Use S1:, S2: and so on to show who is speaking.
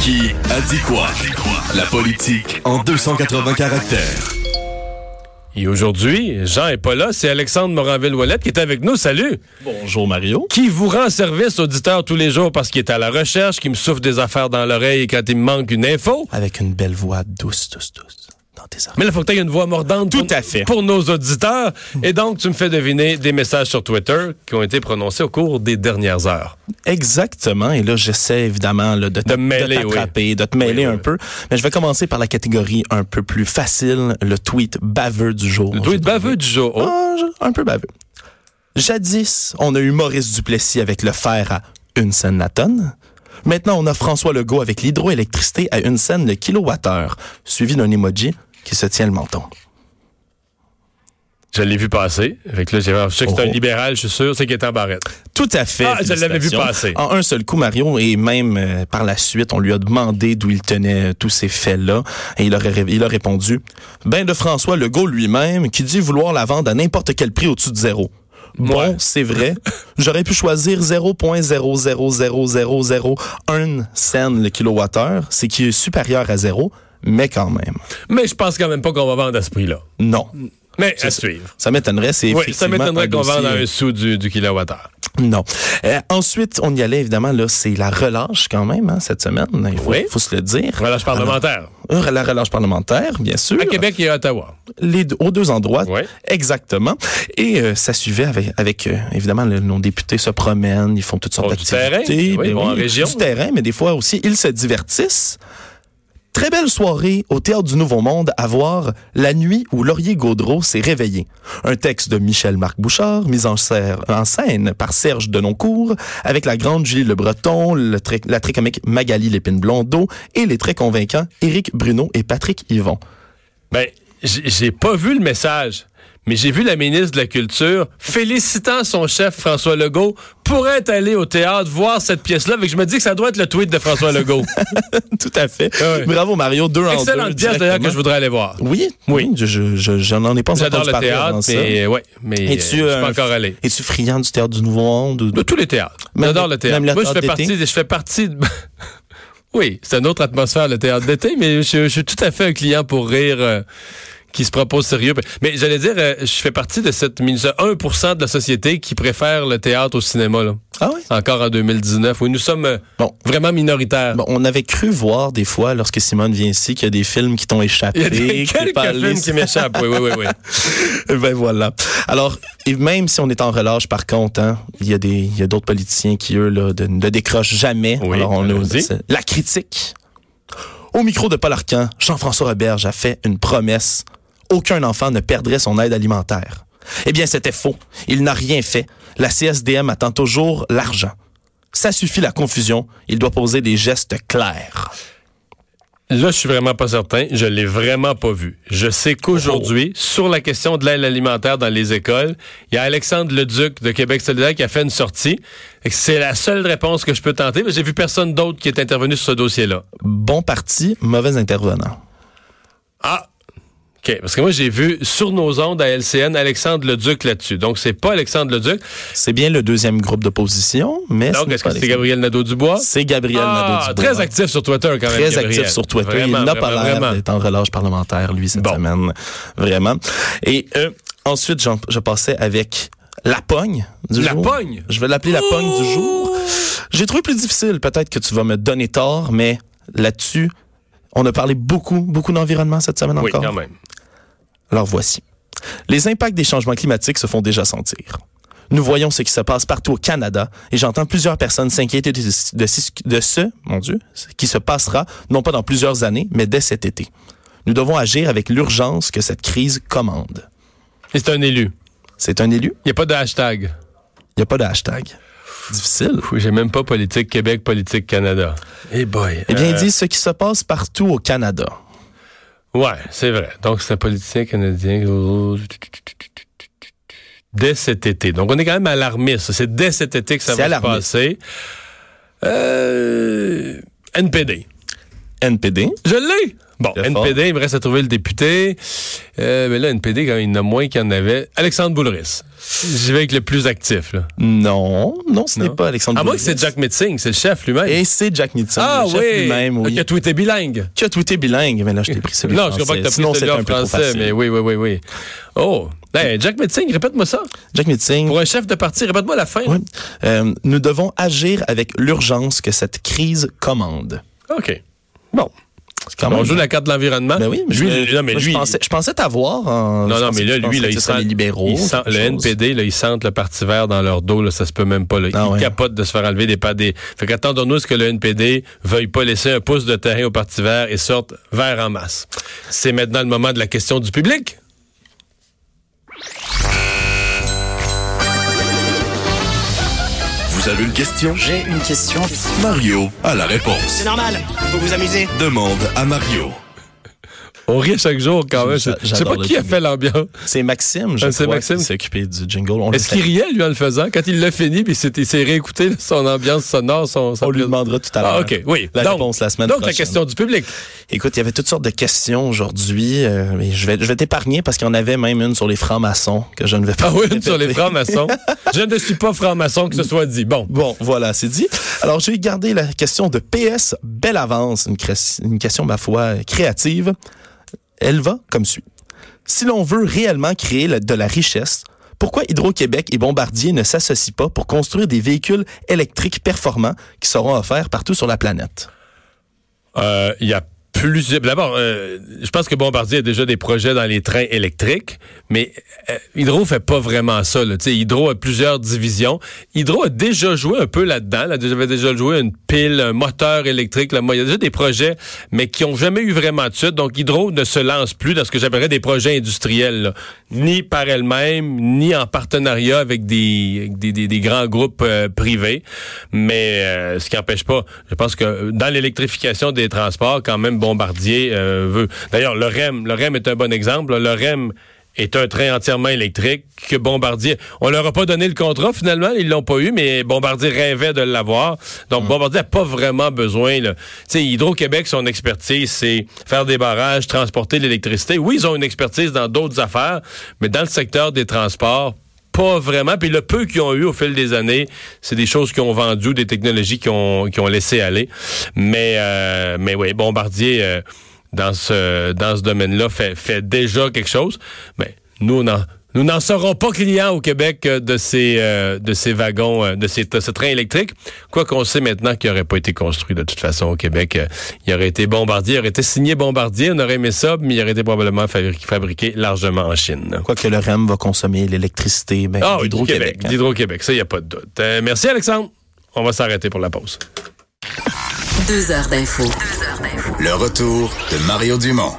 S1: Qui a dit quoi? La politique en 280 caractères.
S2: Et aujourd'hui, Jean est pas là, c'est Alexandre Moranville-Ouellette qui est avec nous. Salut!
S3: Bonjour Mario.
S2: Qui vous rend service, auditeur, tous les jours parce qu'il est à la recherche, qui me souffle des affaires dans l'oreille quand il me manque une info.
S3: Avec une belle voix douce, douce, douce. Dans tes oreilles.
S2: Mais là, faut que tu aies une voix mordante
S3: Tout
S2: pour,
S3: à fait.
S2: pour nos auditeurs. Et donc, tu me fais deviner des messages sur Twitter qui ont été prononcés au cours des dernières heures.
S3: Exactement. Et là, j'essaie évidemment là, de, te-
S2: De mêler,
S3: de t'attraper, de te mêler
S2: Oui,
S3: un
S2: oui.
S3: peu. Mais je vais commencer par la catégorie un peu plus facile, le tweet baveux du jour.
S2: Le tweet baveux du jour. Oh.
S3: Ah, je- un peu baveux. Jadis, on a eu Maurice Duplessis avec le fer à une scène la tonne. Maintenant, on a François Legault avec l'hydroélectricité à une scène le kilowattheure, suivi d'un emoji qui se tient le menton.
S2: Je l'ai vu passer. Fait que là, j'ai je sais que c'est
S3: Oh.
S2: un libéral, je suis sûr, c'est qu'il est en barrette.
S3: Tout à fait.
S2: Ah, je l'avais vu
S3: Félicitations.
S2: passer.
S3: En un seul coup, Mario, et même euh, par la suite, on lui a demandé d'où il tenait euh, tous ces faits-là, et il, aurait ré- il a répondu Ben de François Legault lui-même, qui dit vouloir la vendre à n'importe quel prix au-dessus de zéro. Bon,
S2: Ouais.
S3: c'est vrai. J'aurais pu choisir 0.0000001 cent le kilowattheure, c'est qui est supérieur à zéro, mais quand même.
S2: Mais je pense quand même pas qu'on va vendre à ce prix-là.
S3: Non.
S2: Mais à suivre.
S3: Ça m'étonnerait, c'est
S2: Oui, ça
S3: effectivement
S2: m'étonnerait
S3: un
S2: qu'on vende
S3: dossier-
S2: à
S3: hein. euh,
S2: un sou du, du kilowattheure.
S3: Non. Euh, ensuite, on y allait évidemment, là, c'est la relâche quand même, hein, cette semaine. Il faut,
S2: Oui.
S3: faut se le dire.
S2: Relâche parlementaire.
S3: Alors, euh, la relâche parlementaire, bien sûr.
S2: À Québec et à Ottawa.
S3: Les deux- aux deux endroits.
S2: Oui.
S3: Exactement. Et euh, ça suivait avec, avec, euh, évidemment, le- nos députés se promènent, ils font toutes sortes
S2: Font du terrain.
S3: d'activités. Ben
S2: Oui, ils vont en région.
S3: Du terrain, mais des fois aussi, ils se divertissent. Très belle soirée au Théâtre du Nouveau Monde à voir La nuit où Laurier Gaudreau s'est réveillé. Un texte de Michel-Marc Bouchard, mis en, ser- en scène par Serge Denoncourt, avec la grande Julie Le Breton, le très- la très comique Magali Lépine-Blondeau et les très convaincants Éric Bruno et Patrick Yvon.
S2: Ben, j'ai j'ai pas vu le message, mais j'ai vu la ministre de la Culture félicitant son chef François Legault pour être allé au théâtre voir cette pièce-là. Fait que je me dis que ça doit être le tweet de François Legault.
S3: Tout à fait.
S2: Ah ouais.
S3: Bravo Mario, deux en deux.
S2: Excellente pièce d'ailleurs que je voudrais aller voir.
S3: directement. Oui, oui, je, je, je- j'en en ai pas
S2: J'adore
S3: entendu
S2: le
S3: parler avant
S2: théâtre,
S3: ça.
S2: mais ouais, mais euh, je suis
S3: Es-tu
S2: pas
S3: un-
S2: encore allé.
S3: Es-tu friand du Théâtre du Nouveau Monde? ou-
S2: De tous les théâtres.
S3: Même
S2: J'adore
S3: le-
S2: le théâtre.
S3: même le
S2: Moi, je fais
S3: théâtre
S2: partie,
S3: d'été?
S2: de- je fais partie de... Oui, c'est une autre atmosphère, le théâtre d'été, mais je, je suis tout à fait un client pour rire euh, qui se propose sérieux. Mais j'allais dire, euh, je fais partie de cette min- ce 1% de la société qui préfère le théâtre au cinéma, là.
S3: Ah oui?
S2: encore en 2019, où nous sommes euh,
S3: Bon.
S2: vraiment minoritaires.
S3: Bon, on avait cru voir des fois, lorsque Simone vient ici, qu'il y a des films qui t'ont échappé.
S2: Il y a des,
S3: que t'es
S2: quelques
S3: pas allé-
S2: films qui m'échappent, oui, oui, oui. oui.
S3: ben voilà. Alors, et même si on est en relâche, par contre, hein, il y a des, il y a d'autres politiciens qui eux là, de- ne décrochent jamais.
S2: Oui,
S3: Alors, on a-
S2: allons-y.
S3: c'est- la critique. Au micro de Paul Arcan, Jean-François Roberge a fait une promesse aucun enfant ne perdrait son aide alimentaire. Eh bien, c'était faux. Il n'a rien fait. La CSDM attend toujours l'argent. Ça suffit la confusion. Il doit poser des gestes clairs.
S2: Là, je suis vraiment pas certain. Je l'ai vraiment pas vu. Je sais qu'aujourd'hui,
S3: Oh.
S2: sur la question de l'aide alimentaire dans les écoles, il y a Alexandre Leduc de Québec solidaire qui a fait une sortie. Et C'est la seule réponse que je peux tenter, mais j'ai vu personne d'autre qui est intervenu sur ce dossier-là.
S3: Bon parti, mauvais intervenant.
S2: Ah! OK. Parce que moi, j'ai vu sur nos ondes à LCN Alexandre Leduc là-dessus. Donc, c'est pas Alexandre Leduc.
S3: C'est bien le deuxième groupe d'opposition, mais ce
S2: Donc,
S3: n'est
S2: est-ce que
S3: pas
S2: c'est
S3: les-
S2: Gabriel Nadeau-Dubois?
S3: C'est Gabriel
S2: Ah,
S3: Nadeau-Dubois.
S2: très actif sur Twitter quand même.
S3: Très
S2: Gabriel.
S3: actif sur Twitter.
S2: Vraiment,
S3: il n'a pas
S2: vraiment,
S3: l'air
S2: vraiment.
S3: d'être en relâche parlementaire, lui, cette
S2: Bon.
S3: semaine. Vraiment. Et euh, ensuite, j'en- je passais avec la pogne du
S2: La
S3: jour.
S2: pogne?
S3: Je vais l'appeler la pogne du jour. J'ai trouvé plus difficile. Peut-être que tu vas me donner tort, mais là-dessus, on a parlé beaucoup, beaucoup d'environnement cette semaine
S2: Oui,
S3: encore.
S2: quand même.
S3: Alors voici. Les impacts des changements climatiques se font déjà sentir. Nous voyons ce qui se passe partout au Canada et j'entends plusieurs personnes s'inquiéter de, de- de ce, mon Dieu, ce qui se passera non pas dans plusieurs années, mais dès cet été. Nous devons agir avec l'urgence que cette crise commande.
S2: Et c'est un élu.
S3: C'est un élu,
S2: Il n'y a pas de hashtag.
S3: il n'y a pas de hashtag. Difficile.
S2: Oui, j'ai même pas politique Québec, politique Canada. Eh boy.
S3: Eh bien, il
S2: Euh,
S3: dit ce qui se passe partout au Canada.
S2: Ouais, c'est vrai. Donc, c'est un politicien canadien. Dès cet été. Donc, on est quand même alarmiste. C'est dès cet été que ça
S3: C'est
S2: va se
S3: alarmiste.
S2: passer. Euh, NPD.
S3: NPD,
S2: Je l'ai! Bon,
S3: Très fort.
S2: NPD, il me reste à trouver le député. Euh, mais là, NPD, quand il y en a moins qu'il y en avait. Alexandre Boulris. J'y vais avec le plus actif. Là.
S3: Non, non, ce n'est
S2: Non.
S3: pas Alexandre
S2: À moins que
S3: Boulris.
S2: c'est Jack Metzing, c'est le chef lui-même.
S3: Et c'est Jack Nitson,
S2: ah
S3: le chef
S2: oui,
S3: lui-même, oui.
S2: qui a tweeté bilingue.
S3: Qui a tweeté bilingue, mais là, je t'ai pris celui
S2: Non, je
S3: français.
S2: comprends pas que t'as pris
S3: Sinon,
S2: celui
S3: c'était un
S2: en
S3: peu trop
S2: français,
S3: facile.
S2: mais oui, oui, oui, oui. Oh, Hey, Jack Metzing, répète-moi ça.
S3: Jack Meeting,
S2: Pour un chef de parti, répète-moi la fin. là.
S3: oui. Euh, nous devons agir avec l'urgence que cette crise commande.
S2: OK. Bon.
S3: C'est quand
S2: On
S3: même-
S2: joue la carte de l'environnement.
S3: Ben oui, mais
S2: lui,
S3: je,
S2: lui- non, mais
S3: moi, je
S2: lui,
S3: pensais, je pensais t'avoir. en-
S2: non,
S3: je
S2: non,
S3: pensais-
S2: mais là,
S3: je pensais
S2: lui, là,
S3: que
S2: il
S3: ce serait
S2: sent,
S3: les libéraux.
S2: il sent-
S3: quelque
S2: le
S3: chose.
S2: NPD, là, il sent le parti vert dans leur dos, là, ça se peut même pas, là.
S3: Ah
S2: il
S3: ouais.
S2: capote de se faire enlever des pas des. Fait qu'attendons-nous à ce que le NPD veuille pas laisser un pouce de terrain au parti vert et sorte vert en masse. C'est maintenant le moment de la question du public.
S1: Vous avez une question?
S4: J'ai une question.
S1: Mario a la réponse.
S4: C'est normal, vous vous amusez.
S1: Demande à Mario.
S2: On rit chaque jour quand même. Je
S3: J'a-
S2: je sais pas
S3: j'adore
S2: qui
S3: le
S2: a fait l'ambiance.
S3: C'est Maxime, je
S2: Ah, c'est
S3: crois,
S2: Maxime.
S3: qui s'est occupé du jingle. On, le
S2: Est-ce qu'il
S3: salue.
S2: riait, lui, en le faisant? Quand il l'a fini, puis c'était- il s'est réécouté là, son ambiance sonore, son. son-
S3: On lui demandera tout à l'heure.
S2: Ah, OK, oui.
S3: La
S2: donc,
S3: réponse la semaine
S2: donc,
S3: prochaine.
S2: la question du public.
S3: Écoute, il y avait toutes sortes de questions aujourd'hui. euh, mais je vais, je vais t'épargner parce qu'il y en avait même une sur les francs-maçons que je ne vais pas.
S2: Ah oui, une
S3: répéter.
S2: sur les francs-maçons. Je ne suis pas franc-maçon, que ce soit dit. Bon.
S3: Bon, voilà, c'est dit. Alors, j'ai gardé la question de PS Belle Avance, une, cré- une question, ma foi, créative. Elle va comme suit. Si l'on veut réellement créer la- de la richesse, pourquoi Hydro-Québec et Bombardier ne s'associent pas pour construire des véhicules électriques performants qui seront offerts partout sur la planète?
S2: Euh, Il y a plusieurs. D'abord, euh, je pense que Bombardier a déjà des projets dans les trains électriques, mais euh, Hydro fait pas vraiment ça. Là. Tu sais, Hydro a plusieurs divisions. Hydro a déjà joué un peu là-dedans. Là, avait déjà joué une pile, un moteur électrique. Là. Moi, Il y a déjà des projets, mais qui ont jamais eu vraiment de suite. Donc, Hydro ne se lance plus dans ce que j'appellerais des projets industriels, là. ni par elle-même, ni en partenariat avec des, avec des, des- des grands groupes euh, privés. Mais euh, ce qui n'empêche pas, je pense que euh, dans l'électrification des transports, quand même, Bombardier euh, veut. D'ailleurs, le REM, le REM est un bon exemple. Le REM est un train entièrement électrique que Bombardier... On leur a pas donné le contrat, finalement, ils l'ont pas eu, mais Bombardier rêvait de l'avoir. Donc, Bombardier a pas vraiment besoin. là. Tu sais, Hydro-Québec, son expertise, c'est faire des barrages, transporter l'électricité. Oui, ils ont une expertise dans d'autres affaires, mais dans le secteur des transports, pas vraiment. Puis le peu qu'ils ont eu au fil des années, c'est des choses qu'ils ont vendues, des technologies qu'ils ont, qu'ils ont laissé aller. Mais, euh, mais oui, Bombardier, euh, dans ce, dans ce domaine-là, fait, fait déjà quelque chose. Mais nous, on en- Nous n'en serons pas clients au Québec euh, de ces, euh, de ces wagons, euh, de, ces, de ce train électrique. Quoi qu'on sait maintenant qu'il n'aurait pas été construit de toute façon au Québec. Euh, Il aurait été bombardier, il aurait été signé bombardier, on aurait aimé ça, mais il aurait été probablement fabri- fabriqué largement en Chine.
S3: Quoique le REM va consommer l'électricité ben,
S2: Ah oui,
S3: d'Hydro-Québec.
S2: d'Hydro-Québec. D'Hydro-Québec, ça, il n'y a pas de doute. Euh, merci, Alexandre. On va s'arrêter pour la pause.
S5: Deux heures d'info.
S6: Le retour de Mario Dumont.